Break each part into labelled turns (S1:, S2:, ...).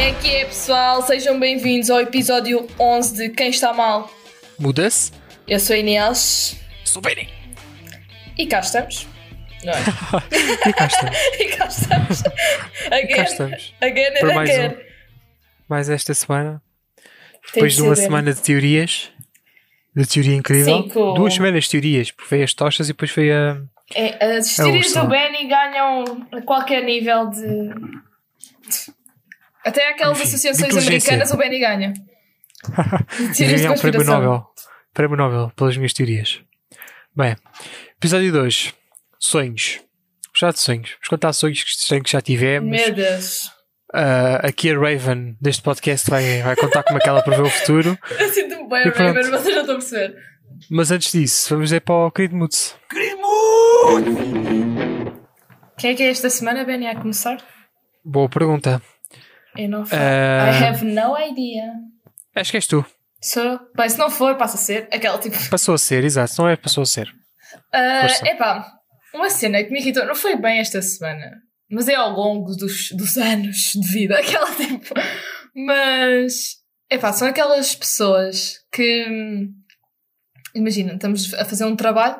S1: É que é, pessoal, sejam bem-vindos ao episódio 11 de Quem Está Mal.
S2: Muda-se?
S1: Eu sou a Inês
S2: Souberem!
S1: e cá estamos. Não é?
S2: E cá estamos.
S1: e cá estamos.
S2: E cá
S1: Again,
S2: estamos.
S1: again
S2: Por
S1: and
S2: mais
S1: again.
S2: um. Mais esta semana.
S1: Tem
S2: Depois de uma
S1: ser bem.
S2: semana de teorias. De teoria incrível.
S1: Cinco.
S2: Duas semanas de teorias. Porque foi as tochas e depois foi a.
S1: É, as
S2: É o
S1: histórias do
S2: Ursula.
S1: Benny ganham a qualquer nível de. de- Até aquelas
S2: Enfim, de
S1: associações
S2: inteligência.
S1: americanas o Benny ganha.
S2: E
S1: Teorias de
S2: ganhar um prémio
S1: conspiração.
S2: Nobel. Prémio Nobel pelas minhas teorias. Bem, episódio 2. Sonhos. Já de sonhos. Vamos contar sonhos que estranhos que já tivemos.
S1: Meu Deus.
S2: Ah, aqui a Raven deste podcast vai, vai contar como é que ela prevê o futuro.
S1: Eu um sinto-me bem,
S2: E pronto.
S1: Raven, vocês não estão a perceber.
S2: Mas antes disso, vamos dizer para o querido Mutz.
S1: Quem é que é esta semana, Benny, a começar?
S2: Boa pergunta.
S1: Eu não faço.
S2: Ah.
S1: I have no idea.
S2: Acho que és tu.
S1: Sou. Bem, se não for, passa a ser. Aquela tipo.
S2: Passou a ser, exato. Não é passou a ser.
S1: Ah,
S2: Força.
S1: epá, uma cena que me irritou, não foi bem esta semana, mas é ao longo dos, dos anos de vida, aquela tipo. Mas, epá, são aquelas pessoas que. hum, Imagina, estamos a fazer um trabalho,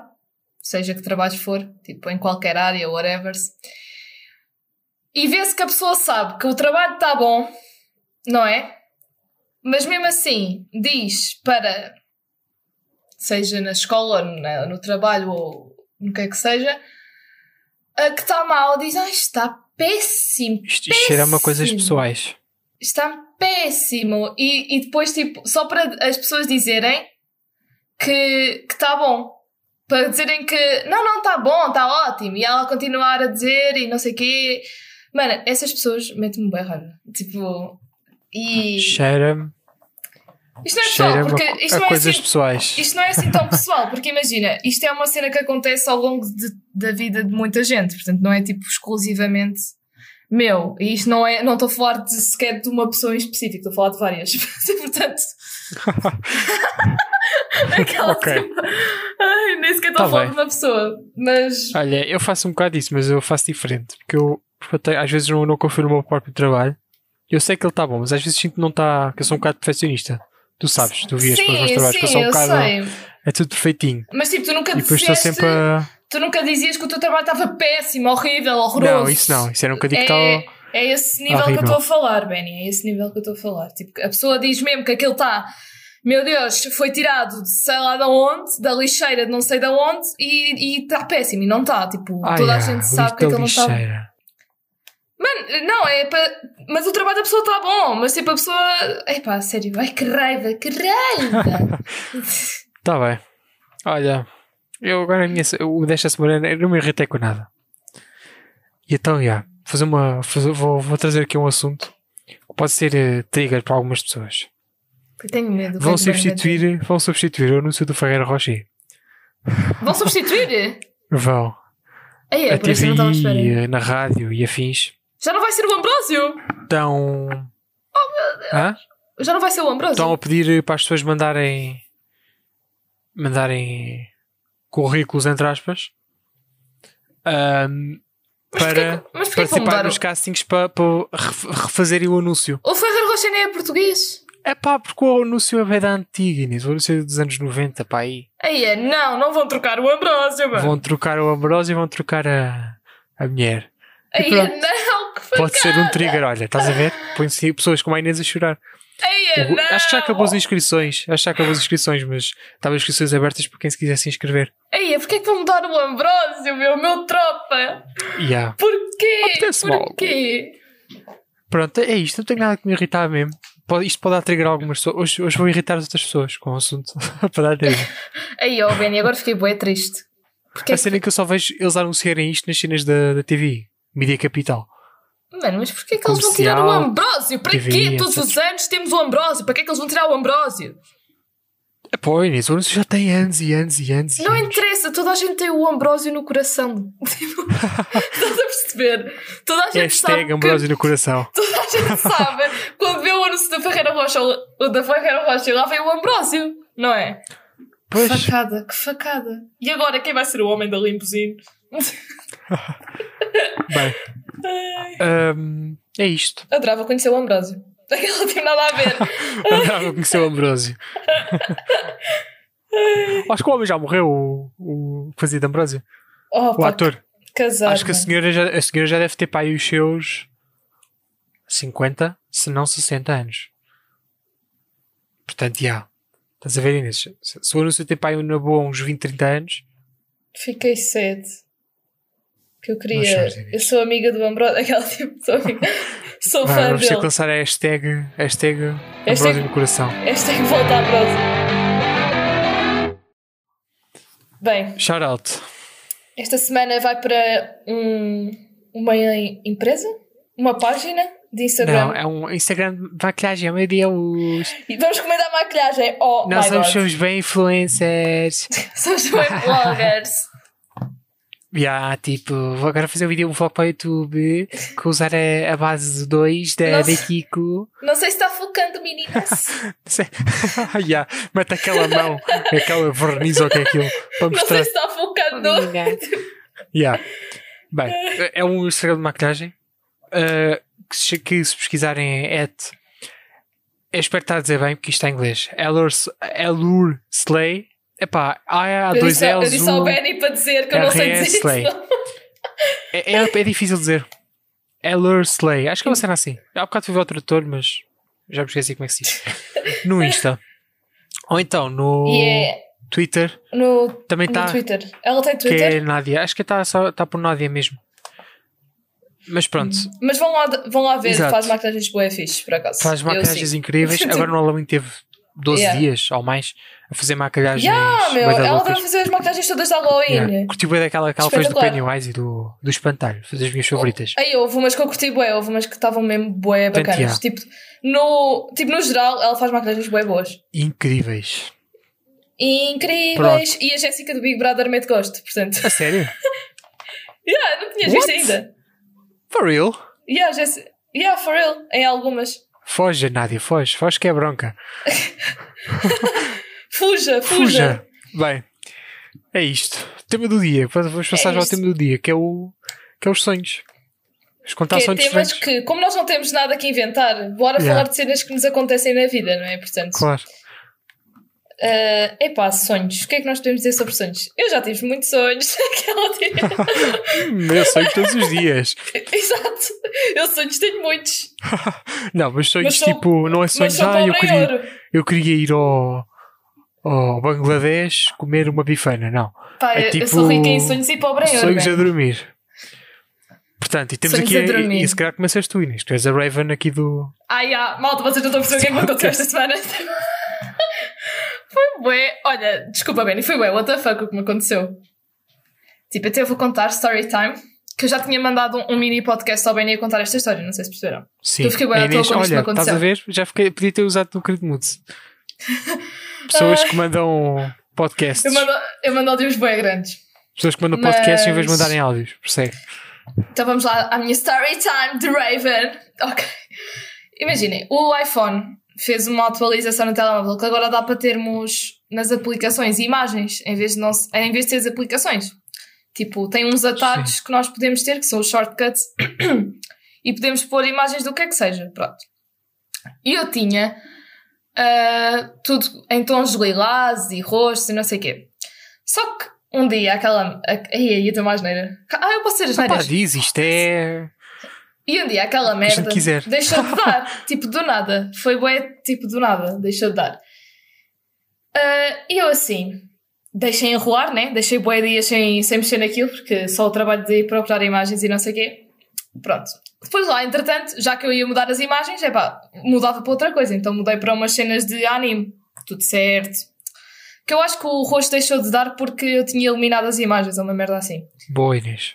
S1: seja que trabalho for, tipo em qualquer área, whatever. E vê-se que a pessoa sabe que o trabalho está bom, não é? Mas mesmo assim, diz para seja na escola, ou na- no trabalho ou no que é que seja, a que está mal diz: ah, está péssimo,
S2: Isto, isto cheira a uma coisas
S1: Péssimo.
S2: pessoais.
S1: está péssimo. E, e depois, tipo, só para as pessoas dizerem que que está bom. Para dizerem que não, não está bom, está ótimo. E ela continuar a dizer e não sei o quê. Mano, essas pessoas metem-me bem raiva. Tipo. E. Isto
S2: Cheira-me
S1: não é
S2: cheira
S1: pessoal,
S2: a,
S1: porque isto não é
S2: coisas
S1: assim
S2: pessoais.
S1: isto não é assim tão pessoal, porque imagina, isto é uma cena que acontece ao longo de- da vida de muita gente, portanto não é tipo exclusivamente meu. E isto não é, não estou a falar de sequer de uma pessoa em específico, estou a falar de várias. portanto. Aquela
S2: Ok.
S1: tipo, ai, nem sequer estou
S2: Tá
S1: a falar
S2: bem.
S1: de uma pessoa, mas.
S2: Olha, eu faço um bocado isso, mas eu faço diferente. Porque eu, porque eu tenho- às vezes não, não confio no meu próprio trabalho. Eu sei que ele está bom, mas às vezes sinto que não está. que eu sou um bocado perfeccionista. Tu sabes, tu vias para os meus
S1: sim,
S2: trabalhos, que eu
S1: sim,
S2: sou um
S1: eu
S2: bocado.
S1: sei.
S2: É tudo perfeitinho.
S1: Mas tipo, tu nunca
S2: E depois
S1: disseste.
S2: estou sempre a.
S1: Tu nunca dizias que o teu trabalho estava péssimo, horrível, horroroso.
S2: Não, isso não. Isso era um bocadinho que
S1: É,
S2: estava.
S1: é esse nível
S2: horrível.
S1: que eu estou a falar, Benny. É esse nível que eu estou a falar. Tipo, a pessoa diz mesmo que aquilo está, meu Deus, foi tirado de sei lá de onde, da lixeira de não sei de onde, e está péssimo. E não está. Tipo,
S2: Ai,
S1: toda a
S2: ah,
S1: gente sabe que
S2: little
S1: aquilo não tá está.
S2: lixeira.
S1: Mano, não, é para. Mas o trabalho da pessoa está bom, mas tipo, a pessoa. Epá, sério, ai que raiva, que raiva!
S2: Tá bem. Olha, eu agora a minha, se- o desta semana eu não me irritei com nada. E então, já, fazer uma, fazer- vou, vou trazer aqui um assunto que pode ser eh, trigger para algumas pessoas.
S1: Eu tenho medo.
S2: Vão
S1: tenho bem
S2: substituir, vão substituir o anúncio do Ferreira Rocher.
S1: medo. Vão substituir?
S2: Vão.
S1: Aí é,
S2: a
S1: por isso eu não estava à
S2: TVI,
S1: espera.
S2: eh, na rádio e afins.
S1: Já não vai ser o Ambrósio!
S2: Estão. Hã?
S1: Já não vai ser o Ambrósio!
S2: Estão a pedir eh, para as pessoas mandarem. mandarem. currículos, entre aspas. ahm,
S1: mas porquê
S2: para.
S1: que- mas porquê que vão
S2: participar
S1: mudar o
S2: tipo, nos castings para, para ref- refazerem o anúncio.
S1: O Ferreira Rocha nem é português.
S2: É pá, porque o anúncio é bem da antiga, Inês. O anúncio é dos anos 90, pá, aí.
S1: Aí é, não, não vão trocar o Ambrósio, mano.
S2: Vão trocar o Ambrose e vão trocar a, a mulher.
S1: Aí é,
S2: pronto.
S1: não, que foi
S2: Pode ser um trigger, olha, estás a ver? Põe-se pessoas como a Inês a chorar.
S1: Aí é,
S2: O-
S1: não.
S2: acho que já acabou as inscrições, acho que já acabou as inscrições, mas estavam as inscrições abertas para quem se quisesse inscrever.
S1: Aí é, porquê que vão mudar o Ambrósio, meu, meu tropa?
S2: E há.
S1: Porquê?
S2: Apetece-me algo.
S1: Porquê?
S2: Pronto, é isto, não tenho nada que me irritar mesmo. Pode- isto pode dar trigger a algumas pessoas. Hoje, hoje vou irritar as outras pessoas com o assunto para dar trigger.
S1: Aí, ó, Benny, agora fiquei bué triste. Porquê
S2: A cena é que eu só vejo eles anunciarem isto nas cenas da, da TV, Media Capital.
S1: Mano, mas porquê é que eles vão tirar o
S2: Comercial,
S1: Ambrósio? Para
S2: TV,
S1: quê? Todos
S2: etc.
S1: os anos temos o Ambrósio. Para que é que eles vão tirar o Ambrósio?
S2: É, Pô, Inês, o anúncio já tem anos e anos e anos. e
S1: Não
S2: anos.
S1: interessa, toda a gente tem o Ambrósio no coração. Tipo, Estás a perceber? Toda a gente sabe
S2: Hashtag Ambrosio no coração.
S1: Toda a gente sabe, quando vê o anúncio da Ferreira Rocha, o- o da Ferreira Rocha, e lá vem o Ambrósio, não é?
S2: Pois,
S1: Que facada, que facada. E agora quem vai ser o homem da limusine?
S2: bem.
S1: Ai.
S2: hum, é isto. é
S1: Adorava conhecer o Ambrósio. Aquela não tem nada a ver.
S2: Andava conheceu o Ambrósio. Acho que o homem já morreu, o, o que fazia de Ambrósio.
S1: Oh,
S2: O
S1: pá,
S2: ator.
S1: Casado.
S2: Acho que a senhora, já, a senhora já deve ter para aí os seus 50, se não 60 anos. Portanto, já. Estás a ver, Inês? Se- Se o anúncio tem para aí na boa uns 20, 30 anos,
S1: Fiquei cedo. Que eu
S2: Não
S1: queria.
S2: chores, Inês.
S1: Eu sou amiga do Ambrose. Aquela tipo. Sou, amiga- sou
S2: vai,
S1: fã
S2: vamos ter que
S1: dele.
S2: lançar a hashtag, hashtag
S1: Hashtag-
S2: Ambrósio no coração.
S1: Esta tem que voltar à próxima. Bem,
S2: Shout out.
S1: esta semana vai para um, uma em- empresa? Uma página de Instagram?
S2: Não, é um Instagram de maquilhagem, é meu Deus.
S1: E vamos recomendar maquilhagem. Oh,
S2: Nós
S1: my
S2: somos,
S1: God.
S2: somos bem influencers.
S1: Somos bem bloggers.
S2: Ya, tipo, vou agora fazer um vídeo, um vlog para o YouTube com usar a, a base 2 da, da
S1: Nossa.
S2: Kiko.
S1: Não sei se está focando, meninas.
S2: Sei- Ah, ya, mete aquela mão, aquela verniz ou o que é aquilo, para
S1: Não sei
S2: mostrar.
S1: se está focando.
S2: Ya. Bem, é um Instagram de maquilhagem ah, que, se, que se pesquisarem é at. Eu espero estar a dizer bem, porque isto está em inglês. Elur, Elur Slay. Epá, há
S1: Eu
S2: dois
S1: disse, ao- eu
S2: L's.
S1: disse ao
S2: um-
S1: Benny para dizer que eu não sei
S2: RS
S1: dizer
S2: Slay.
S1: isso.
S2: É, é, é difícil dizer. Elur Slay. Acho que é uma cena assim. Há bocado fui ver o tradutor, mas já me esqueci como é que se diz. No Insta. Ou então no
S1: E é
S2: Twitter.
S1: no,
S2: Também
S1: no
S2: está.
S1: Twitter. Ela tem
S2: tá. Que
S1: Twitter.
S2: é Nádia. Acho que está tá por Nádia mesmo. Mas pronto.
S1: Mas vão lá, vão lá ver,
S2: Exato.
S1: faz maquilhagens boa fixe, por acaso.
S2: Faz
S1: Eu
S2: maquilhagens
S1: sim.
S2: incríveis. Agora no Halloween teve 12
S1: Yeah.
S2: dias ou mais a fazer maquilhagens.
S1: Yeah, meu,
S2: bué da
S1: ela
S2: loucas.
S1: deve fazer as maquilhagens todas de Halloween.
S2: Yeah. Curti bem daquela que ela fez do
S1: Espetacular. Oh.
S2: Pennywise e do, do Espantalho. Foi das minhas favoritas.
S1: Aí houve umas que eu curti bué, houve umas que estavam mesmo bué
S2: Portanto,
S1: bacanas.
S2: yeah.
S1: Tipo, no, tipo, no geral, ela faz maquilhagens bué boas.
S2: Incríveis.
S1: Incríveis! E a Jéssica do Big Brother mete gosto, portanto.
S2: A sério?
S1: Yeah, não tinhas
S2: What?
S1: visto ainda.
S2: For real?
S1: Yeah, Jéssica. Yeah, for real, em algumas.
S2: Foge, Nádia, foge, foge que é bronca.
S1: Fuja, fuja!
S2: Fuja. Bem, é isto. Tema do dia. Vamos passar já ao
S1: isto.
S2: tema do dia, que é o que é os sonhos. Os contar
S1: Que é
S2: sonhos
S1: temas
S2: diferentes.
S1: que, como nós não temos nada que inventar, bora
S2: Yeah.
S1: falar de cenas que nos acontecem na vida, não é? Portanto,
S2: Claro.
S1: Uh, epá, sonhos. O que é que nós podemos dizer sobre sonhos? Eu já tive muitos sonhos. Aquela dia.
S2: Meu sonho todos os dias.
S1: Exato. Eu sonhos tenho muitos.
S2: Não, mas sonhos
S1: Mas são-
S2: tipo, não é
S1: Mas
S2: sonhos.
S1: sou
S2: Ah, eu
S1: pobre em
S2: queria,
S1: ouro.
S2: eu queria ir ao, ao Bangladesh comer uma bifana. Não.
S1: Pá,
S2: é
S1: eu-
S2: tipo-
S1: eu sou rica em sonhos e pobre em ouro.
S2: sonhos
S1: bem.
S2: a dormir. Portanto, e temos
S1: é. Sonhos
S2: aqui.
S1: a dormir.
S2: E, e se calhar começas tu, Inês. Tu és a Raven aqui do.
S1: Ai, ah, malta, vocês não estão a perceber o que é que me aconteceu esta semana. foi bué. Olha, desculpa, Benny, foi bué. What the fuck o que me aconteceu? Tipo, até eu vou contar story time. Que eu já tinha mandado um, um mini podcast ao Benny a contar esta história. Não sei se perceberam.
S2: Sim,
S1: Eu fiquei bué
S2: a
S1: à toa quando isto me
S2: olha, estás a
S1: aconteceu.
S2: ver? Já fiquei, podia ter usado no Creed Moods. Pessoas que mandam podcasts.
S1: Eu mando, eu mando áudios bué grandes.
S2: Pessoas que mandam
S1: Mas-
S2: podcasts em vez de mandarem áudios, percebe?
S1: Então vamos lá à minha story time de Raven. Ok. Imaginem, o iPhone fez uma atualização no telemóvel que agora dá para termos nas aplicações imagens em vez de, não, se- em vez de ter as aplicações. Tipo, tem uns atalhos que nós podemos ter, que são os shortcuts, e podemos pôr imagens do que é que seja. Pronto. E eu tinha ah, tudo em tons de lilás e roxos e não sei o quê. Só que um dia aquela. a- Ai, ai, eu tenho mais neira. Ah, eu posso ser as
S2: Pá,
S1: neiras.
S2: diz, isto é.
S1: E um dia aquela
S2: a gente
S1: merda
S2: quiser.
S1: deixou de dar, tipo do nada. Foi bué, tipo do nada, deixou de dar. Ah, E eu assim, deixei enrolar, né? Deixei bué dias sem, sem mexer naquilo, porque só o trabalho de ir procurar imagens e não sei o quê. Pronto. Depois lá, entretanto, já que eu ia mudar as imagens, é pá, mudava para outra coisa. Então mudei para umas cenas de anime. Tudo certo. Que eu acho que o rosto deixou de dar porque eu tinha eliminado as imagens, ou uma merda assim.
S2: Boa, Inês.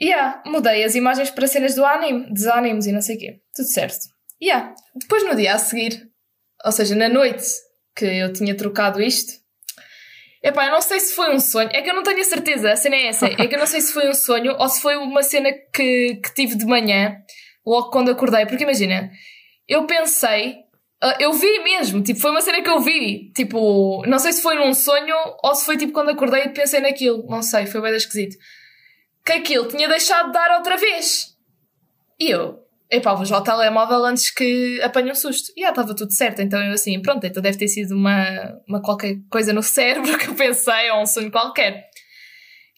S1: Yeah, mudei as imagens para cenas do anime, dos animes e não sei o quê. Tudo certo. Yeah. Depois no dia a seguir, ou seja, na noite que eu tinha trocado isto, epá, eu não sei se foi um sonho, é que eu não tenho a certeza, a cena é essa, é que eu não sei se foi um sonho ou se foi uma cena que, que tive de manhã, logo quando acordei, porque imagina, eu pensei, ah, eu vi mesmo, tipo, foi uma cena que eu vi, tipo, não sei se foi num sonho ou se foi tipo quando acordei e pensei naquilo, não sei, foi bem esquisito que aquilo tinha deixado de dar outra vez. E eu, epá, vou já ao telemóvel antes que apanhe um susto. E ah, estava tudo certo. Então eu assim, pronto, então deve ter sido uma, uma qualquer coisa no cérebro que eu pensei, ou um sonho qualquer.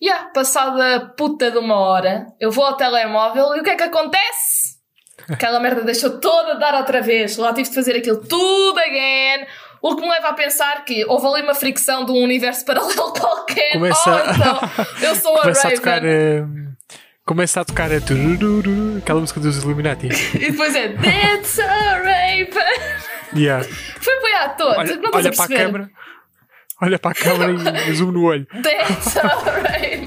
S1: E ah, passada puta de uma hora, eu vou ao telemóvel e o que é que acontece? Aquela merda deixou toda a dar outra vez. Lá tive de fazer aquilo tudo again. O que me leva a pensar que houve ali uma fricção de um universo paralelo qualquer.
S2: Começa-
S1: Oh, então, eu sou a
S2: Começa a
S1: Raven.
S2: tocar. eh, Começa a tocar eh, a turururu, aquela música dos Illuminati.
S1: E depois é That's a Raven.
S2: Yeah.
S1: Foi bem à toa.
S2: Olha,
S1: não estás a
S2: olha para a
S1: perceber.
S2: câmara. Olha para a câmara e zoom no olho.
S1: That's alright.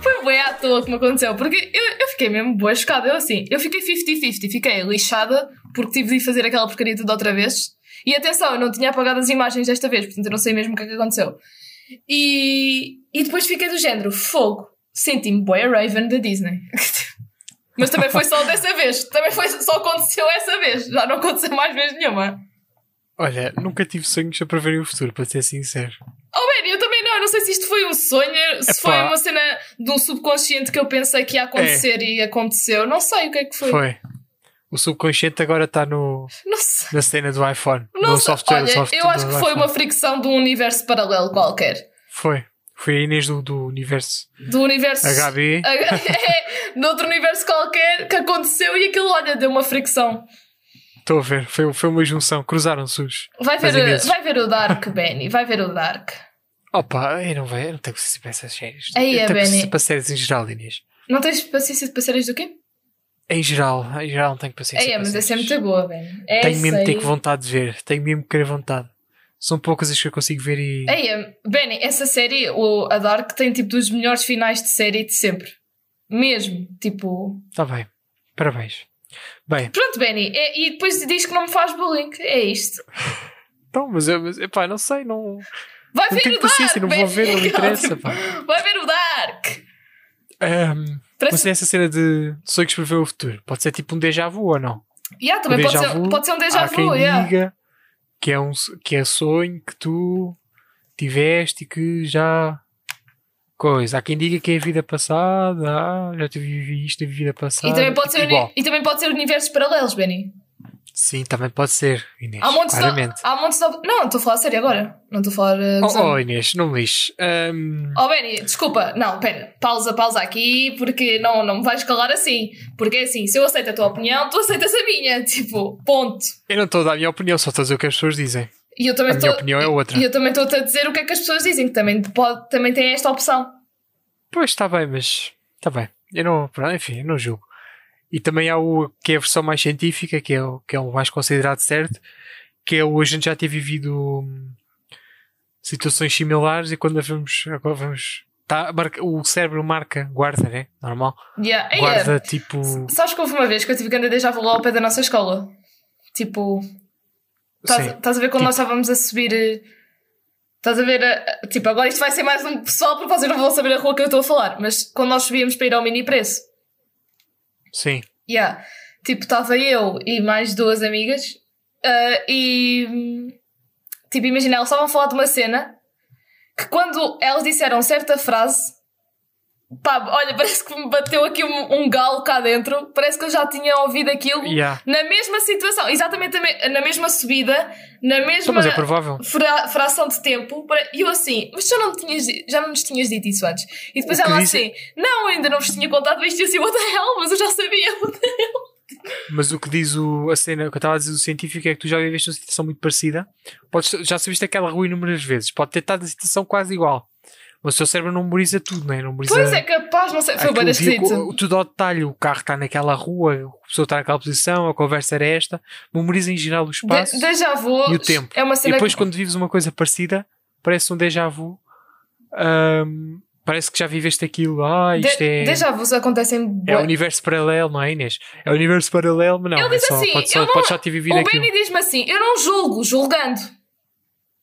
S1: Foi bem à toa que me aconteceu, porque eu, eu fiquei mesmo boa chocada. Eu assim, eu fiquei 50-50, fiquei lixada porque tive de fazer aquela porcaria tudo outra vez. E atenção, eu não tinha apagado as imagens desta vez, portanto eu não sei mesmo o que é que aconteceu. E, e depois fiquei do género fogo. Senti-me boa Raven da Disney. Mas também foi só dessa vez. Também foi, só aconteceu essa vez. Já não aconteceu mais vez nenhuma.
S2: Olha, nunca tive sonhos a preverem o futuro, para ser sincero.
S1: Oh, man, eu também não, eu não sei se isto foi um sonho, se
S2: Epá. É.
S1: foi uma cena de um subconsciente que eu pensei que ia acontecer e aconteceu. Não sei o que é que foi.
S2: Foi. O subconsciente agora está no,
S1: Não sei.
S2: na cena do iPhone.
S1: Não
S2: no
S1: sei.
S2: software,
S1: Olha,
S2: software
S1: eu acho
S2: do
S1: que foi
S2: iPhone.
S1: uma fricção de um universo paralelo qualquer.
S2: Foi. Foi a Inês do, do universo
S1: Do universo.
S2: HB.
S1: É, de outro universo qualquer que aconteceu e aquilo, olha, deu uma fricção.
S2: Estou a ver. Foi, foi uma junção. Cruzaram-se os.
S1: Vai
S2: Mas
S1: ver, eh,
S2: imensos.
S1: vai ver o Dark, Benny, vai ver o Dark.
S2: Opa, eu não, vejo, eu não tenho paciência para essas séries.
S1: Aí
S2: eu
S1: é,
S2: tenho paciência
S1: Benny.
S2: para séries em geral, Inês.
S1: Não tens paciência de parceiros do quê?
S2: Em geral, em geral não tenho paciência.
S1: É,
S2: para
S1: mas essa é
S2: séries.
S1: muito boa, Benny. É
S2: Tenho mesmo
S1: isso
S2: que ter
S1: aí.
S2: que vontade de ver. Tenho mesmo que querer vontade. São poucas as que eu consigo ver e.
S1: Ei, um, Benny, essa série, o, a Dark, tem tipo dos melhores finais de série de sempre. Mesmo. Tipo.
S2: Está tá bem. Parabéns. Bem,
S1: Pronto, Benny. é- e depois diz que não me faz bullying. É isto.
S2: então, mas eu mas, epá, não sei, não,
S1: Vai
S2: não
S1: ver
S2: tenho
S1: o Dark!
S2: paciência, não vou
S1: Benny.
S2: ver, não me interessa. Pá.
S1: Vai ver o Dark!
S2: Ahm, mas
S1: Parece...
S2: é essa cena de de sonhos prever o futuro. Pode ser tipo um déjà vu ou não?
S1: Yeah, também
S2: um
S1: pode
S2: déjà
S1: ser,
S2: vu,
S1: pode ser um déjà
S2: Há quem
S1: vu, yeah.
S2: diga que é, um, s- que é sonho que tu tiveste e que já. Coisa. Há quem diga que é a vida passada, ah, já te vivi isto, a vida passada. Tipo,
S1: E também, pode ser uni-
S2: Igual.
S1: e também pode ser universos paralelos, Benny.
S2: Sim, também pode ser, Inês.
S1: Há montes de.
S2: claramente.
S1: Há montes de. Não, não estou a falar a sério agora. Não estou a falar. Uh,
S2: Oh,
S1: gozando.
S2: oh, Inês, não me Hum, lixe. Ahm,
S1: Oh, Benny, desculpa, não, pera, pausa, pausa aqui, porque não, não me vais calar assim. Porque é assim, se eu aceito a tua opinião, tu aceitas a minha, tipo, ponto.
S2: eu não estou a dar a minha opinião, só estou a dizer o que as pessoas dizem.
S1: E eu também
S2: A minha
S1: estou-
S2: opinião é outra.
S1: E eu também estou-te a dizer o que é que as pessoas dizem, que também, pode, também tem esta opção.
S2: Pois está bem, mas está bem. Eu não, pronto, enfim, eu não julgo. E também há o que é a versão mais científica, que é o, que é o mais considerado certo, que é o a gente já ter vivido hum, situações similares e quando vamos. Agora vamos tá, marca- o cérebro marca, guarda, né? Normal.
S1: Yeah. Ei,
S2: Guarda tipo.
S1: é, Sabes que houve uma vez que eu tive que andar déjà vu lá ao pé da nossa escola? Tipo, estás
S2: Sim.
S1: estás a ver quando
S2: Tipo-
S1: nós estávamos a subir. eh, Estás a ver? eh, Tipo, agora isto vai ser mais um pessoal, porque vocês não vão saber a rua que eu estou a falar, mas quando nós subíamos para ir ao mini preço.
S2: Sim.
S1: Yeah. Tipo, estava eu e mais duas amigas ah, e. hum, Tipo, imagina, elas estavam a falar de uma cena que quando elas disseram certa frase. Pá, olha, parece que me bateu aqui um, um galo cá dentro. Parece que eu já tinha ouvido aquilo
S2: Yeah.
S1: na mesma situação, exatamente a me- na mesma subida, na
S2: Então,
S1: mesma
S2: mas é provável.
S1: fra- fração de tempo. para- E eu assim, mas já não, me tinhas, di- já não nos tinhas dito isso antes. E depois
S2: O que
S1: ela
S2: disse-
S1: assim, não, ainda não vos tinha contado isto. E eu assim, what the hell, mas eu já sabia.
S2: Mas o que diz o, a cena, o que eu estava a dizer do científico é que tu já viveste uma situação muito parecida. Podes, já subiste aquela rua inúmeras vezes. Pode ter estado em situação quase igual. Mas o teu cérebro não memoriza tudo, né? Não memoriza
S1: Pois é, capaz, não sei. Foi bem
S2: aquele dia,
S1: esquisito.
S2: co- tudo ao detalhe. O carro está naquela rua, a pessoa está naquela posição, a conversa era esta. Memoriza em geral o espaço.
S1: De, déjà vu.
S2: e o tempo.
S1: É uma
S2: e
S1: cena
S2: depois,
S1: que...
S2: quando vives uma coisa parecida, parece um déjà vu. Ahm, parece que já viveste aquilo. Ah, isto
S1: de,
S2: é.
S1: Déjà vus acontecem.
S2: É o
S1: bué.
S2: universo paralelo, não é, Inês? É o universo paralelo, mas não.
S1: Ele
S2: é
S1: disse
S2: só,
S1: assim,
S2: pode, só,
S1: eu não-
S2: pode só ter vivido
S1: O
S2: aquilo.
S1: Benny diz-me assim: eu não julgo, julgando.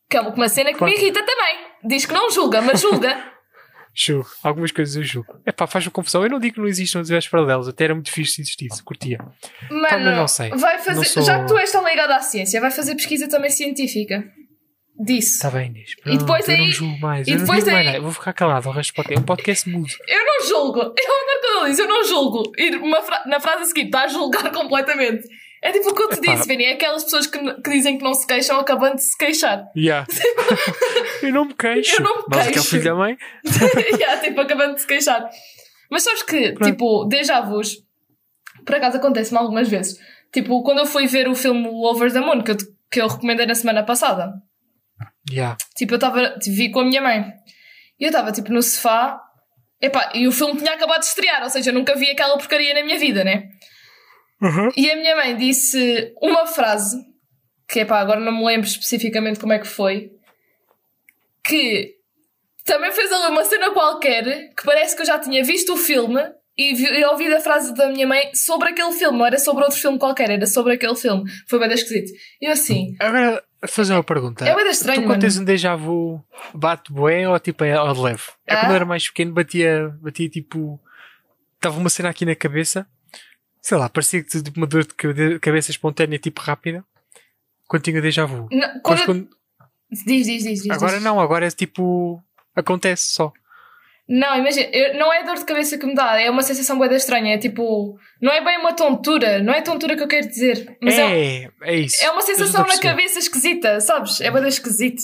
S1: Que é uma cena que
S2: Claro.
S1: me irrita também. Diz que não julga, mas julga.
S2: Julgo. Algumas coisas eu julgo. É pá, faz-me confusão. Eu não digo que não existam universos paralelos. Até era muito difícil se existisse. Curtia.
S1: Mano,
S2: Também não sei.
S1: vai fazer.
S2: Não sou-
S1: Já que tu és tão ligado à ciência, vai fazer pesquisa também científica. Disso.
S2: Está Tá bem, Inês.
S1: E depois
S2: Pronto, eu
S1: aí-
S2: não julgo mais.
S1: e
S2: eu não
S1: depois
S2: digo mais
S1: aí-
S2: nada. Eu Vou ficar calado. O resto pode... É um podcast mudo.
S1: Eu não julgo. Eu, quando ele diz, eu não julgo. E uma fra- na frase a seguir, está a julgar completamente. É tipo o que eu te
S2: Epá.
S1: disse, Vini. É aquelas pessoas que, n- que dizem que não se queixam acabando de se queixar.
S2: Yeah. eu não me queixo.
S1: Eu não me
S2: Mas aquele
S1: queixo.
S2: filho da mãe.
S1: yeah, tipo, acabando de se queixar. Mas sabes que,
S2: Pronto.
S1: tipo, déjà vus, por acaso acontece-me algumas vezes. Tipo, quando eu fui ver o filme Over the Moon, que eu, te- que eu recomendei na semana passada,
S2: Yeah.
S1: Tipo, eu estava. Vi com a minha mãe. E eu estava, tipo, no sofá. Epá, e o filme tinha acabado de estrear, ou seja, eu nunca vi aquela porcaria na minha vida, né?
S2: Uhum.
S1: E a minha mãe disse uma frase, que epá, agora não me lembro especificamente como é que foi, que também fez ali uma cena qualquer, que parece que eu já tinha visto o filme e, vi, e ouvido a frase da minha mãe sobre aquele filme, não era sobre outro filme qualquer, era sobre aquele filme. Foi bem esquisito. E eu assim,
S2: Agora, fazer uma pergunta.
S1: é bem estranho,
S2: Tu quando
S1: mano.
S2: tens um déjà vu, bate bué ou tipo é ao de leve? É
S1: Ah.
S2: quando eu era mais pequeno, batia, batia tipo. Estava uma cena aqui na cabeça, sei lá, parecia que tipo uma dor de cabe- cabeça espontânea, tipo rápida, quando tinha déjà vu.
S1: Não,
S2: Mas
S1: quando eu-
S2: quando-
S1: Diz, diz, diz, diz.
S2: Agora
S1: diz.
S2: não, agora é tipo. Acontece só.
S1: Não, imagina, eu- não é dor de cabeça que me dá, é uma sensação boeda estranha. É tipo, não é bem uma tontura, não é tontura que eu quero dizer, mas é,
S2: é, é, isso.
S1: é uma
S2: Eu já
S1: sensação na
S2: estou a perceber.
S1: cabeça esquisita, sabes? É boeda esquisito.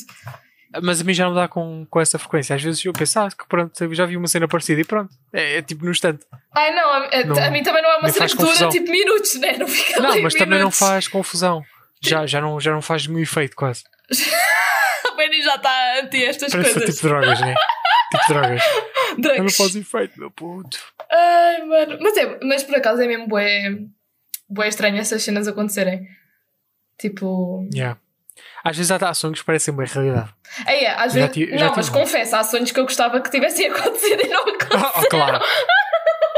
S2: Mas a mim já não dá com, com essa frequência. Às vezes eu penso, ah, que pronto, eu já vi uma cena parecida e pronto. É, é tipo no instante.
S1: Ai não, a, a-
S2: Não-
S1: a mim também não é uma
S2: nem
S1: cena
S2: faz
S1: que dura
S2: confusão.
S1: tipo minutos, né? Não fica
S2: Não,
S1: ali
S2: mas também não
S1: minutos.
S2: faz confusão. Já, já, não, já não faz nenhum efeito quase.
S1: O Benny já está anti estas
S2: Parece
S1: coisas.
S2: tipo drogas, né? tipo drogas. Mas Não
S1: Drugs.
S2: faz efeito, meu puto.
S1: Ai mano, mas, é, mas por acaso é mesmo boé, boé estranho essas cenas acontecerem. Tipo,
S2: Yeah. Às vezes há ações que parecem bem realidade.
S1: aí é, às
S2: Já
S1: vezes,
S2: ti- já
S1: não,
S2: tive
S1: mas
S2: um.
S1: confesso, há sonhos que eu gostava que tivessem acontecido e não aconteceram.
S2: Oh, claro.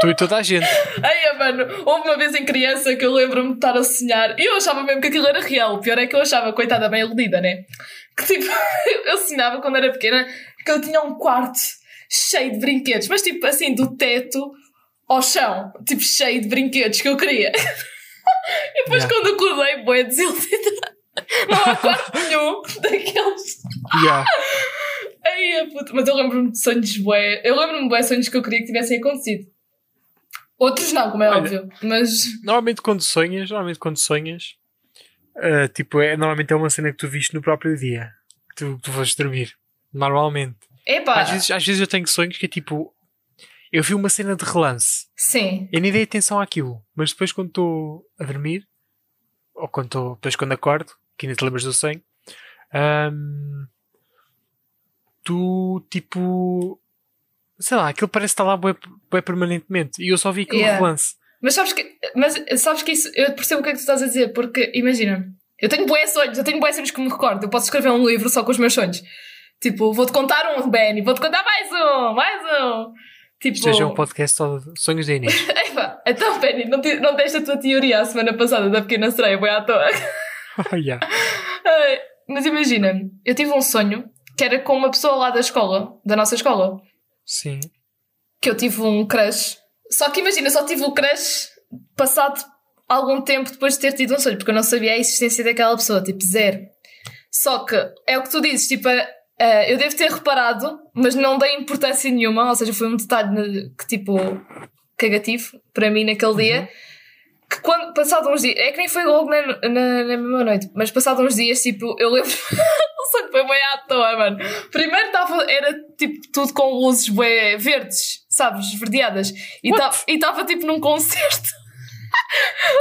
S2: tu e toda a gente.
S1: Ai, é, mano, houve uma vez em criança que eu lembro-me de estar a sonhar e eu achava mesmo que aquilo era real. O pior é que eu achava, coitada, bem iludida, né? Que tipo, eu sonhava quando era pequena que eu tinha um quarto cheio de brinquedos, mas tipo assim, do teto ao chão, tipo cheio de brinquedos que eu queria. E depois
S2: Yeah.
S1: quando acordei, boa desiludida. Não há quarto nenhum daqueles.
S2: Yeah.
S1: Ai, é puto. Mas eu lembro-me de sonhos bué. Eu lembro-me de bué sonhos que eu queria que tivessem acontecido. Outros não, como é
S2: Olha.
S1: óbvio. Mas.
S2: Normalmente quando sonhas, normalmente quando sonhas, ah, tipo, é, normalmente é uma cena que tu viste no próprio dia. Que tu, que tu foste dormir. Normalmente.
S1: Epá,
S2: Às, vezes, às vezes eu tenho sonhos que é tipo. Eu vi uma cena de relance.
S1: sim.
S2: Eu nem dei atenção àquilo, mas depois quando estou a dormir, ou quando tô, depois quando acordo, que ainda te lembras do sonho, hum, tu tipo. Sei lá, aquilo parece estar lá bué, bué permanentemente e eu só vi aquele
S1: Yeah.
S2: relance.
S1: Mas sabes que, mas sabes que isso, eu percebo o que é que tu estás a dizer, porque imagina, eu tenho boas sonhos, eu tenho boas sonhos que me recordo, eu posso escrever um livro só com os meus sonhos. Tipo, vou-te contar um, Benny, vou-te contar mais um, mais um. Tipo,
S2: Isto hoje é um podcast só de sonhos da Inês.
S1: epá, então, Benny, não, te, não deste a tua teoria a semana passada da pequena sereia, foi à toa.
S2: Oh, yeah.
S1: Ai, Mas imagina, eu tive um sonho que era com uma pessoa lá da escola, da nossa escola.
S2: Sim.
S1: que eu tive um crush. Só que imagina, eu só tive o crush passado algum tempo depois de ter tido um sonho, porque eu não sabia a existência daquela pessoa, tipo zero. Só que é o que tu dizes, tipo, eh, eh, eu devo ter reparado, mas não dei importância nenhuma, ou seja, foi um detalhe ne- que tipo cagativo para mim naquele dia. Que quando, passado uns dias, é que nem foi logo na, na, na mesma noite, mas passado uns dias, tipo, eu lembro, o sonho foi bem à toa, mano. Primeiro estava, era tipo tudo com luzes bué verdes, sabes, verdeadas. E
S2: What?
S1: estava tipo num concerto.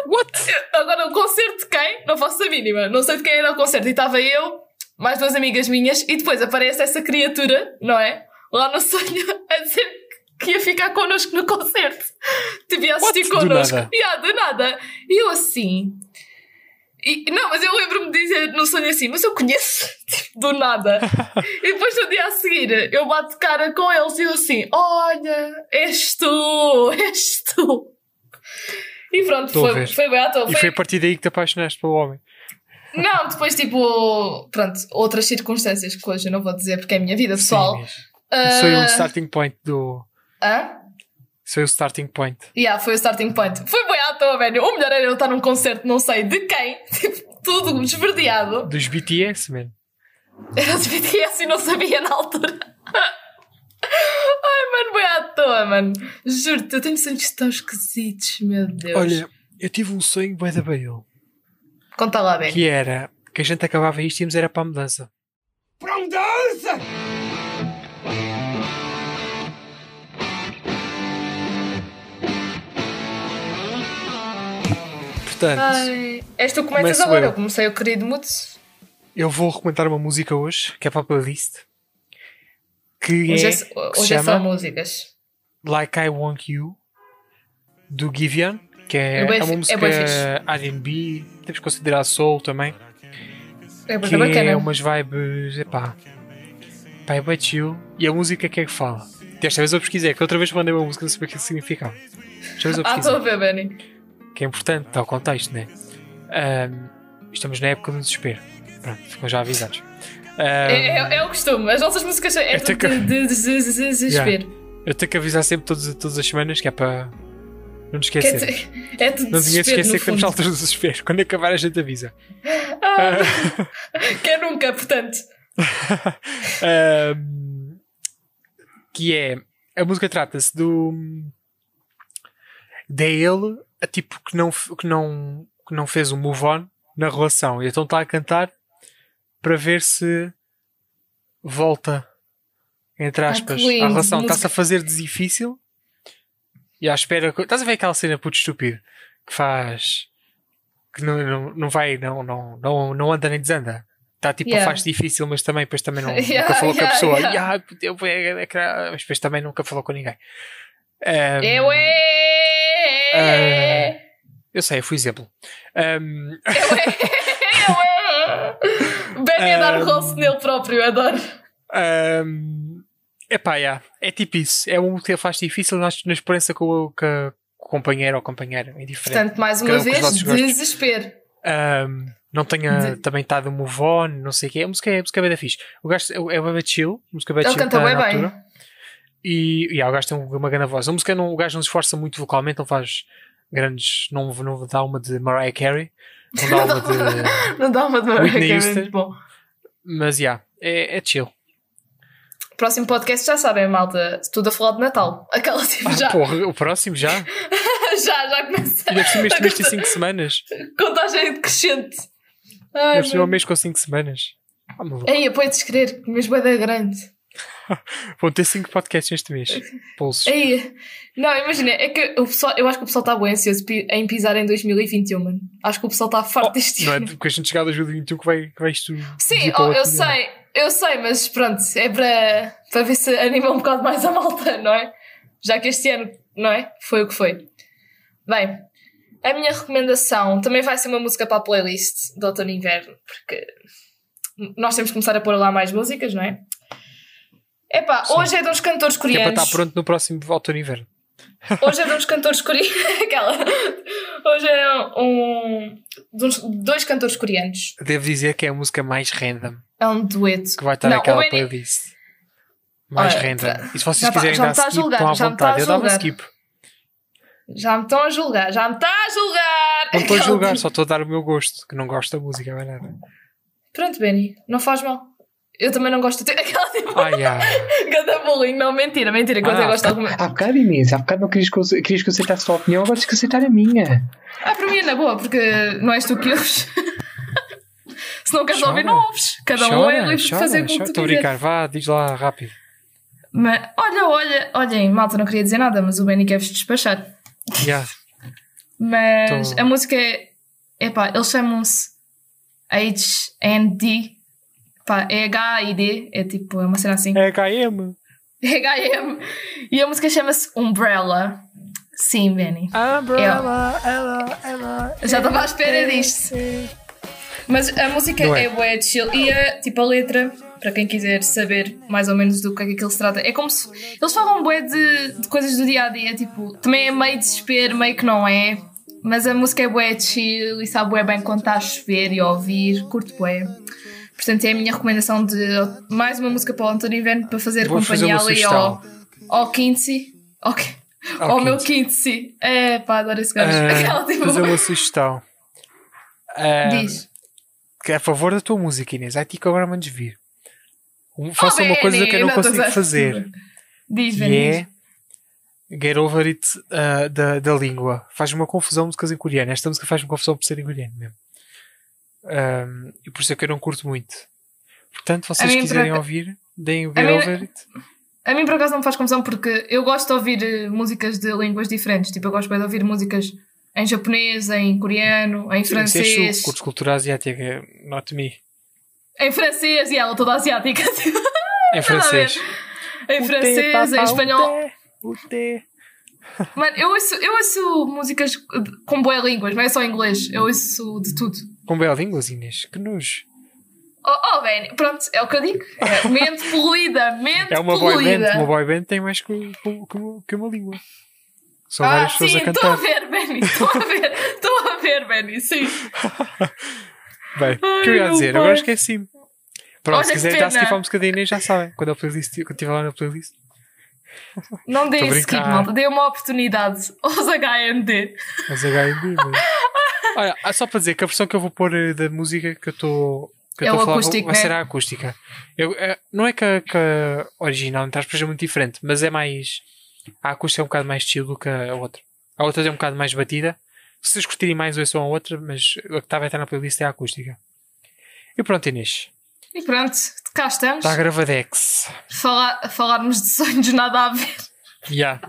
S2: What?
S1: Agora, o concerto de quem? Não faço a mínima. Não sei de quem era o concerto. E estava eu, mais duas amigas minhas, e depois aparece essa criatura, não é? Lá no sonho, a dizer que ia ficar connosco no concerto. Tipo, ia assistir
S2: What? Do
S1: connosco.
S2: nada.
S1: Yeah, do nada. E eu assim. E, não, mas eu lembro-me de dizer no sonho assim, mas eu conheço, tipo, do nada. E depois no dia a seguir eu bato cara com eles e eu assim: Olha, és tu, és tu. E pronto,
S2: Estou a
S1: foi,
S2: ver.
S1: foi bem à toa.
S2: E
S1: Foi-
S2: foi a partir daí que te apaixonaste pelo homem.
S1: Não, depois tipo, pronto, outras circunstâncias que hoje eu não vou dizer porque é a minha vida pessoal.
S2: Sim, Inês.
S1: Ah,
S2: Isso foi o starting point do.
S1: hã?
S2: Isso foi o starting point.
S1: Yeah, foi o starting point. Foi bem à toa, velho. O melhor era eu estar num concerto, não sei de quem, tipo, tudo desverdeado.
S2: Dos BTS, man.
S1: é, assim, Era de BTS e não sabia na altura. Mano, boi à toa, mano. Juro-te, eu tenho sonhos tão esquisitos, meu Deus.
S2: Olha, eu tive um sonho bué da bail.
S1: Conta lá,
S3: É.
S1: bem.
S2: Que era que a gente acabava isto e íamos era para a mudança.
S3: Para mudança!
S2: Portanto,
S1: Ai, és tu que começas
S2: Começo
S1: agora.
S2: eu.
S1: Eu comecei o querido Mudes.
S2: eu vou recomendar uma música hoje, que é para a playlist. Que
S1: Hoje,
S2: é,
S1: é,
S2: que se
S1: hoje é
S2: chama
S1: só músicas.
S2: Like I Want You, do Givian, que é,
S1: É bué
S2: é
S1: fi-
S2: uma
S1: é
S2: música
S1: bué fixe.
S2: R&B, temos que considerar soul também.
S1: É muito
S2: que
S1: bacana.
S2: é umas vibes, epá, pá, é bem chill. E a música que é que fala? Desta vez eu pesquisei, que outra vez mandei uma música, não sabia o que significava. Desta vez eu
S1: Ah, estou a
S2: pesquisei,
S1: ver, Benny.
S2: que é importante, está o contexto, né? Ahm, estamos na época do desespero. Pronto, ficam já avisados. Ahm,
S1: É, é, é o costume. As nossas músicas são- é
S2: Eu tenho
S1: tudo de, de, de, de- de- de- desespero.
S2: Eu tenho que avisar sempre todos, todas as semanas, que é para não nos
S1: Quer
S2: esquecer.
S1: dizer, é tudo
S2: não nos devia
S1: desespero.
S2: esquecer
S1: No
S2: que temos
S1: fundo.
S2: alturas do desespero. Quando acabar, a gente avisa.
S1: Ah, quem nunca, portanto.
S2: Ahm, que é a música trata-se do da ele a tipo que não f- que não que não fez o move on na relação e então está a cantar para ver se volta entre
S1: Ah,
S2: aspas
S1: que lindo,
S2: à relação
S1: música.
S2: está-se a fazer de difícil e à espera que- estás a ver aquela cena puto estúpido que faz que não, não, não vai não, não, não, não anda nem desanda está tipo
S1: Yeah.
S2: a faz difícil mas também depois também não,
S1: Yeah,
S2: nunca falou com a
S1: yeah,
S2: pessoa.
S1: yeah.
S2: "Ya, eu vou- é- é que- ah", Mas depois também nunca falou com ninguém. Ahm,
S1: Eu é.
S2: Ah. eu sei, eu fui exemplo. Um, Ahm,
S1: é Benny a dar
S2: Um,
S1: rosto nele próprio, adoro.
S2: ahm, um, epá, yeah, é tipo isso. É um que faz difícil nós, na esperança com o, com a- com o companheiro ou companheira. É diferente.
S1: Portanto, mais
S2: cada
S1: uma
S2: um com os
S1: vez,
S2: nossos gostos.
S1: desespero.
S2: Ahm, Um, não tenha
S1: De-
S2: também estado um move on, não sei o que. A música, a música é bem da fixe. O gajo é é bem chill. A música é bem
S1: Ele
S2: chill,
S1: canta
S2: tá
S1: bem
S2: na
S1: bem.
S2: altura. E yeah, o gajo tem um, uma grande voz. A música não, o gajo não se esforça muito vocalmente, não faz grandes. Não, não dá uma de Mariah Carey, não dá uma de.
S1: Não dá uma de
S2: Whitney
S1: que é
S2: Houston.
S1: muito bom.
S2: Mas yeah, é, é chill.
S1: Próximo podcast já sabem, malta. Tudo a falar de Natal. Aquela tipo já,
S2: Ah, Porra, o próximo já. E
S1: já, já começa
S2: deve ser este mês tem 5 semanas.
S1: contagem decrescente. Ai,
S2: Deve ser um
S1: mano.
S2: mês com 5 semanas. Ah, maluco.
S1: Ei, apoio descrever, que mesmo é da grande.
S2: Vão ter 5 podcasts neste mês. Pulsos.
S1: Ei, não, imagina, é que o pessoal, eu acho que o pessoal está bem ansioso pi- em pisar em 2021, mano. Acho que o pessoal está farto deste
S2: Não é
S1: ano.
S2: porque a gente chegar a 2021 que vai, que vai isto.
S1: Sim,
S2: ir para
S1: oh,
S2: outro
S1: eu
S2: nível.
S1: sei, eu sei, mas pronto, é para, para ver se anima um bocado mais a malta, não é? Já que este ano, não é? Foi o que foi. Bem, a minha recomendação também vai ser uma música para a playlist do Outono e Inverno, porque nós temos que começar a pôr lá mais músicas, não é? Epá,
S2: Sim.
S1: hoje é de uns cantores
S2: Que é para
S1: coreanos.
S2: estar pronto no próximo Outono e Inverno.
S1: Hoje é de uns cantores coreanos. Aquela. Hoje é um. de uns- dois cantores coreanos.
S2: Devo dizer que é a música mais random
S1: É um dueto.
S2: que vai estar
S1: Não,
S2: naquela
S1: o Benny-
S2: playlist. Mais
S1: Olha,
S2: random.
S1: tá-
S2: E se vocês
S1: já tá-
S2: quiserem
S1: já me
S2: dar
S1: tá a
S2: skip,
S1: julgar,
S2: estão à
S1: já me tá a
S2: vontade. Eu dava
S1: julgar.
S2: skip.
S1: Já me estão a julgar, já me está a julgar!
S2: Não estou a
S1: Aquela- tipo,
S2: julgar, só estou a dar o meu gosto, que não gosto da música, não é nada.
S1: Pronto, Benny, não faz mal. Eu também não gosto de ter aquela tipo
S2: Ah, yeah.
S1: ganda bullying. Não, mentira, mentira, que eu
S2: Ah,
S1: até gosto de alguma.
S3: Há bocado, Inês, há bocado não querias que eu, querias que eu aceitasse a tua opinião, agora tens que aceitar a minha.
S1: Ah, para mim é na boa, porque não és tu que ouves. Se não queres
S2: Chora.
S1: ouvir, não ouves. Cada um é livre de fazer como tu
S2: Estou a
S1: quiser.
S2: brincar, vá, diz lá rápido.
S1: Mas, olha, olha, olhem, malta, não queria dizer nada, mas o Benny quer-vos despachar.
S2: Yeah.
S1: Mas
S2: Tô-
S1: a música é. Epá, eles chamam-se HND. Pá, é H-I-D. É tipo, é uma cena assim.
S2: É HM.
S1: H&M. E a música chama-se Umbrella. Sim, Benny.
S2: Umbrella, ela, ela.
S1: Eu já estava à espera disto. Mas a música
S2: Não é.
S1: é bué chill. E a, tipo, a letra, para quem quiser saber mais ou menos do que é que aquilo se trata, é como se... Eles falam bué de, de coisas do dia-a-dia, tipo... Também é meio desespero, meio que não é. Mas a música é bué chill e sabe bué bem quando está a chover e a ouvir. Curto bué. Portanto, é a minha recomendação de mais uma música para o António Inverno para fazer
S2: Vou fazer
S1: companhia
S2: uma
S1: ali
S2: sugestão.
S1: ao, ao Quincy. Ao, Qui-
S2: Ao
S1: ao meu Quincy. É, pá, adoro esse gajo. Aquela, tipo,
S2: fazer uma sugestão. Ah,
S1: Diz.
S2: que é a favor da tua tipo, música, Inês. Ai, ti que agora mandes vir. Um, faça uma
S3: é,
S1: Benny,
S2: coisa que eu não
S1: não tô
S2: consigo
S1: a-
S2: fazer.
S1: Diz,
S2: E
S1: Vanessa.
S2: é Get Over It ah, da, da língua. Faz uma confusão músicas em coreano. Esta música faz-me confusão por ser em coreano mesmo. Ahm, e por isso é que eu não curto muito. Portanto, se
S1: A
S2: vocês
S1: mim,
S2: quiserem
S1: por
S2: ouvir, deem o
S1: A
S2: Get
S1: mim-
S2: Over It.
S1: A mim, por acaso, não me faz confusão porque eu gosto de ouvir eh, músicas de línguas diferentes. Tipo, eu gosto bem de ouvir músicas em japonês, em coreano, em
S2: Isso é
S1: francês.
S2: chulo, curto cultura asiática, é not me.
S1: Em francês, e ela toda asiática. tipo,
S2: Em francês.
S1: em
S2: O té,
S1: francês,
S2: papá,
S1: em
S2: o
S1: espanhol.
S2: té, O té.
S1: Mano, eu ouço, eu ouço músicas de- com boas línguas, não é só inglês. Eu ouço de tudo.
S2: Com bela língua, Inês. Que nojo.
S1: Oh, oh bem, pronto, é o que eu digo. É mente poluída, mente
S2: É uma boy
S1: poluída.
S2: band. Uma boy band tem mais que, que, que- que uma língua. São
S1: ah,
S2: várias pessoas
S1: sim,
S2: a
S1: estou a
S2: cantar.
S1: ver, Benny, estou a ver, estou a ver, Benny, sim.
S2: Bem, o que eu
S1: Ai,
S2: ia
S1: meu
S2: dizer?
S1: pai.
S2: Agora esqueci-me. Pronto,
S1: Olha
S2: se
S1: que
S2: quiserem dar
S1: pena.
S2: skip à música da Inês, já sabem. Quando, a playlist, quando estiver lá na playlist.
S1: Não
S2: Tô
S1: dei
S2: a
S1: skip,
S2: brincar.
S1: malta, dei uma oportunidade aos HMD.
S2: Mas HMB, mas... Olha, ah, só para dizer que a versão que eu vou pôr eh, da música que eu estou que eu
S1: É
S2: estou
S1: o
S2: a falar
S1: acústico,
S2: vai
S1: né?
S2: ser a acústica. Eu, eh, não é que a, que a original, entre aspas, é muito diferente, mas é mais. A acústica é um bocado mais chill do que a outra. A outra é um bocado mais batida. Se vocês curtirem mais, ouçam a outra, mas a que estava a estar na playlist é a acústica. E pronto, Inês.
S1: E pronto, cá estamos.
S2: Está a gravadex.
S1: Falar, falarmos de sonhos nada a ver.
S2: Já.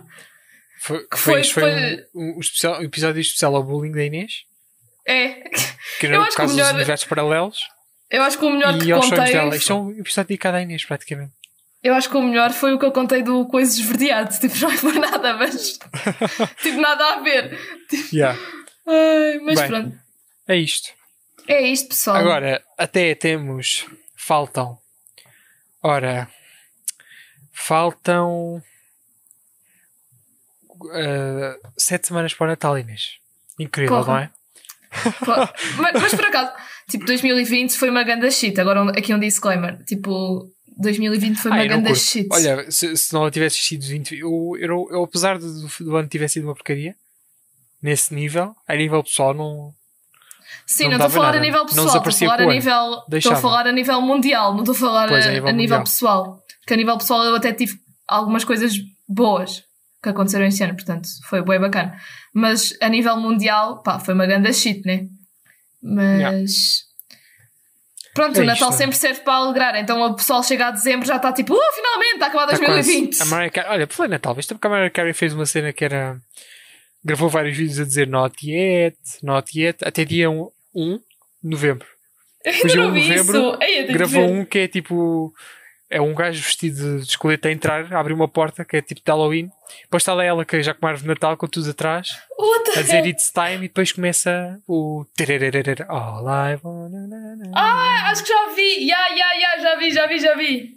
S2: Foi,
S1: Que
S2: foi,
S1: foi-
S2: isto foi
S1: foi-
S2: um, um especial- um episódio especial ao bullying da Inês.
S1: É,
S2: Que
S1: Eu
S2: era o
S1: acho que o
S2: caso dos
S1: melhor-
S2: universos paralelos.
S1: eu acho que o melhor
S2: e
S1: que
S2: aos sonhos dela.
S1: contei.
S2: Isto é um episódio dedicado à Inês, praticamente.
S1: Eu acho que o melhor foi o que eu contei do Coisas Esverdeado. Tipo, não foi nada, mas. tipo, nada a ver. Ai, mas
S2: Bem.
S1: pronto.
S2: É isto.
S1: É isto, pessoal.
S2: Agora, até temos. Faltam. Ora. Faltam. ah, sete semanas para o Natal, Inês. Incrível,
S1: Porra.
S2: não é?
S1: Claro. mas, mas por acaso, tipo, 2020 foi uma ganda shit. Agora, um- aqui um disclaimer. Tipo, 2020 foi uma
S2: Ai, Ah, eu não
S1: ganda
S2: curto.
S1: shit.
S2: Olha, se, se não tivesse sido 20. Eu, eu, eu, apesar do, do ano tiver sido uma porcaria, nesse nível, a nível pessoal, não.
S1: Sim,
S2: não
S1: não estou a
S2: dava
S1: falar
S2: nada.
S1: a nível
S2: Não
S1: pessoal. Estou a
S2: desaparecia
S1: falar a
S2: com o
S1: nível, estou a
S2: Deixava.
S1: falar a nível mundial. Não estou a falar
S2: Pois,
S1: a,
S2: a nível
S1: a nível
S2: mundial.
S1: pessoal. Porque a nível pessoal eu até tive algumas coisas boas que aconteceram este ano. Portanto, foi bem bacana. Mas a nível mundial, pá, foi uma ganda shit, né? Mas...
S2: Yeah.
S1: Pronto,
S2: É
S1: o Natal
S2: isto.
S1: sempre serve para alegrar. Então o pessoal chega a dezembro já está tipo, uh, finalmente, está a acabar
S2: Tá quase.
S1: 2020.
S2: A Mariah Carey, olha, pelo Natal, viste porque a Mariah Carey fez uma cena que era. gravou vários vídeos a dizer not yet, not yet, até dia 1, 1 de novembro. Depois
S1: Eu
S2: dia 1
S1: não
S2: de
S1: vi
S2: um novembro,
S1: isso. Ei, eu tenho
S2: gravou
S1: que ver.
S2: um que é tipo. é um gajo vestido de escoleta a entrar, abre uma porta que é tipo de Halloween, depois está lá ela que é já com uma árvore de Natal com tudo atrás,
S1: What the
S2: um a dizer
S1: hell?
S2: it's time e depois começa o. tererererere, All I wanna na, na, na.
S1: Ah, acho que já vi. Ya, ya, ya, já vi, já vi, já vi.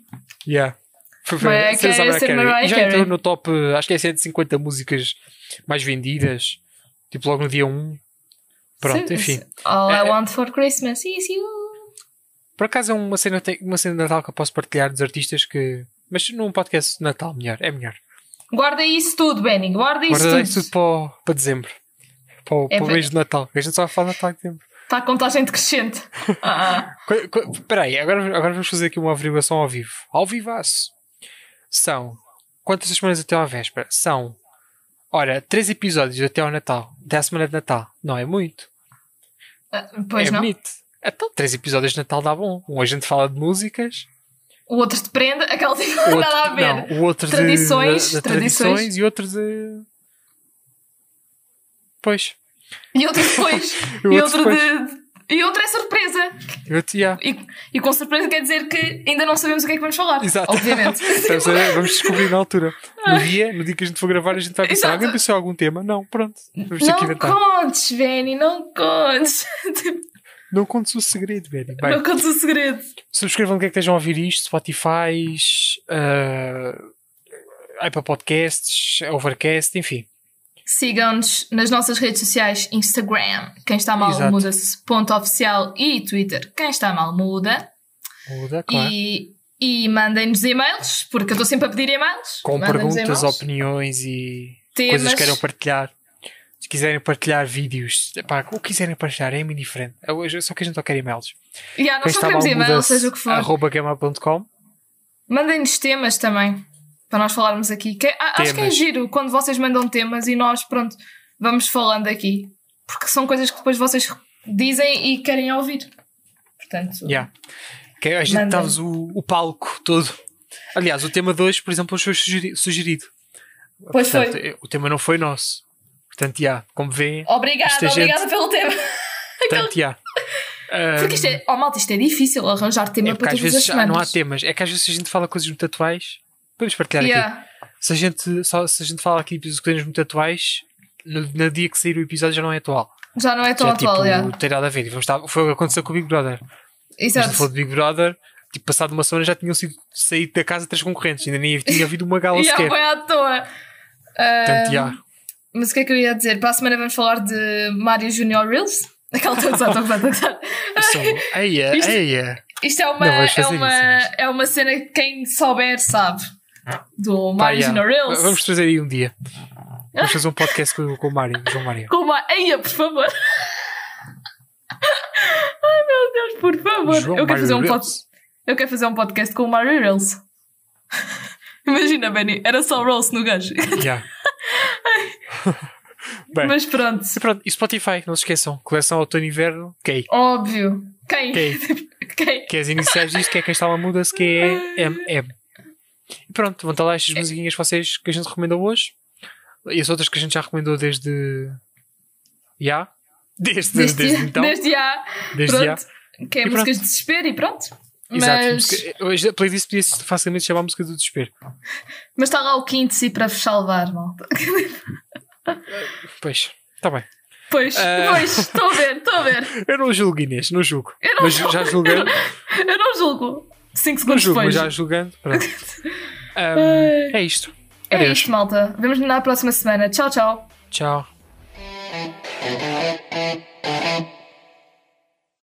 S2: Yeah. Foi foi-
S1: Mariah
S2: fez a
S1: Carey ser
S2: E
S1: Mariah
S2: já
S1: Carey.
S2: entrou no top, acho que é 150 músicas mais vendidas, tipo logo no dia 1. Pronto,
S1: Sim,
S2: enfim.
S1: sim. All
S2: É-
S1: I want for Christmas is you.
S2: Por acaso é uma cena, te- uma cena de Natal que eu posso partilhar dos artistas que. Mas num podcast de Natal, melhor, é melhor.
S1: Guarda isso tudo, Benny. Guarda isso
S2: Guarda isso
S1: tudo.
S2: tudo para, o- para dezembro. Para, o-
S1: É
S2: para o
S1: ver-
S2: mês de Natal. A gente só fala Natal em dezembro.
S1: Está a contagem decrescente. Ah, ah.
S2: Co- co- Espera aí, agora, agora vamos fazer aqui uma averiguação ao vivo. Ao vivaço. São. Quantas semanas até à véspera? São. Ora, três episódios até ao Natal. Até à semana de Natal. Não é muito.
S1: Ah, pois
S2: é
S1: não.
S2: bonito. Então, três episódios de Natal dá bom. Um a gente fala de músicas.
S1: O outro te prende, aquele tipo
S2: o outro-
S1: nada a ver.
S2: Não, o outro de-
S1: Tradições,
S2: de, de
S1: tradições.
S2: tradições e outro de. Pois.
S1: E outro depois.
S2: E o
S1: e
S2: outro
S1: outro de. E outro é surpresa.
S2: Eu te, yeah.
S1: E, e com surpresa quer dizer que ainda não sabemos o que é que vamos falar.
S2: Exato.
S1: Obviamente.
S2: Estamos a- Então, vamos descobrir na altura. No dia, no dia que a gente for gravar, a gente vai pensar: "Ah,
S1: Exato.
S2: alguém pensou em algum tema? Não, pronto. Vamos ter que
S1: não
S2: inventar.
S1: contes, Benny, não contes.
S2: Não contes o segredo, velho. Bem,
S1: Não contes o segredo.
S2: subscrevam onde é que estejam a ouvir isto: Spotify, ah, Apple Podcasts, Overcast, enfim.
S1: Sigam-nos nas nossas redes sociais, Instagram, quem está mal
S2: Exato.
S1: muda-se, ponto oficial, e Twitter, quem está mal muda.
S2: Muda, claro.
S1: E, e mandem-nos e-mails, porque eu estou sempre a pedir e-mails.
S2: Com
S1: Mandem-nos
S2: perguntas,
S1: e-mails.
S2: opiniões e
S1: Temas.
S2: coisas que queiram partilhar. Se quiserem partilhar vídeos, pá, o que quiserem partilhar é mini diferente. Hoje- Só que a gente não quer e-mails.
S1: Yeah, nós não queremos
S2: mal,
S1: e-mails,
S2: muda-se,
S1: seja o que for.
S2: arroba gmail.com.
S1: Mandem-nos temas também. para nós falarmos aqui. Que- a- acho que é
S2: Temas.
S1: giro quando vocês mandam temas e nós, pronto, vamos falando aqui. Porque são coisas que depois vocês dizem e querem ouvir. Portanto,
S2: Yeah. Que a gente
S1: Mandem.
S2: dá-vos o, o palco todo. Aliás, o tema de hoje, por exemplo, hoje foi sugeri- sugerido.
S1: Pois
S2: Portanto,
S1: foi.
S2: eh, O tema não foi nosso. Portanto, já, como vêem,
S1: obrigada,
S2: Esta gente-
S1: obrigada pelo tema.
S2: portanto, já. Ah,
S1: Porque isto é, oh malta, isto é difícil arranjar tema
S2: é porque
S1: para
S2: às
S1: todas as
S2: vezes já
S1: semanas.
S2: não há temas. É que às vezes a gente fala coisas muito atuais. Podemos partilhar aqui.
S1: Yeah.
S2: Se a gente, só, se a gente fala aqui de coisas muito atuais, no, no dia que sair o episódio já não é atual.
S1: Já não é tão
S2: já
S1: atual,
S2: tipo,
S1: yeah.
S2: não tem nada a ver. E Vamos estar, foi o que aconteceu com o Big Brother. Mas
S1: Exato.
S2: se for do Big Brother, tipo, passado uma semana já tinham sido, saído da casa três concorrentes, ainda nem tinha havido uma gala
S1: E yeah, é.
S2: sequer.
S1: foi à toa. Ah,
S2: Portanto, já.
S1: Mas o que é que eu ia dizer? Para a semana vamos falar de Mario Junior Reels? Aquela estou a gozar, estou a gozar, estou a gozar.
S2: Só- Eia,
S1: Isto-
S2: eia.
S1: Isto é uma,
S2: Não vais
S1: é,
S2: fazer
S1: uma,
S2: isso, mas-
S1: é uma cena que quem souber sabe. Do
S2: Pá,
S1: Mario
S2: já.
S1: Junior Reels.
S2: Vamos trazer aí um dia. Vamos fazer um podcast com, com o Mário, João Mário.
S1: Com uma eia, por favor. Ai meu Deus, por favor.
S2: João
S1: eu, quero fazer um
S2: Mário
S1: pod... eu quero fazer um podcast com o Mario Reels. Imagina, Benny, era só Reels no gajo.
S2: Já. Bem,
S1: Mas pronto,
S2: e pronto, e Spotify, não se esqueçam. Coleção Outono e Inverno, K.
S1: óbvio. Quem?
S2: K.
S1: Quem?
S2: Que é as iniciais disto, que é quem está lá muda-se, que é MM. E pronto, vão estar lá estas musiquinhas que vocês que a gente recomendou hoje. E as outras que a gente já recomendou desde. Já? Desde, desde,
S1: Desde,
S2: então. Desde,
S1: desde já.
S2: já.
S1: Pronto. Que é
S2: E
S1: músicas de desespero e pronto.
S2: Exato.
S1: Mas,
S2: música- Hoje a playlist podia-se facilmente chamar música do desespero.
S1: mas está lá o quinto si para vos salvar, malta.
S2: Pois, está bem.
S1: Pois,
S2: Ah.
S1: pois, estou a ver, estou a ver.
S2: Eu não julgo, Inês, não julgo. mas já julgando,
S1: Eu não julgo. 5
S2: não
S1: segundos
S2: julgo,
S1: depois.
S2: mas já julgando. Pronto. Ahm,
S1: Ai.
S2: é isto.
S1: É
S2: Adeus.
S1: isto, malta. Vemos-nos na próxima semana. Tchau, tchau.
S2: Tchau.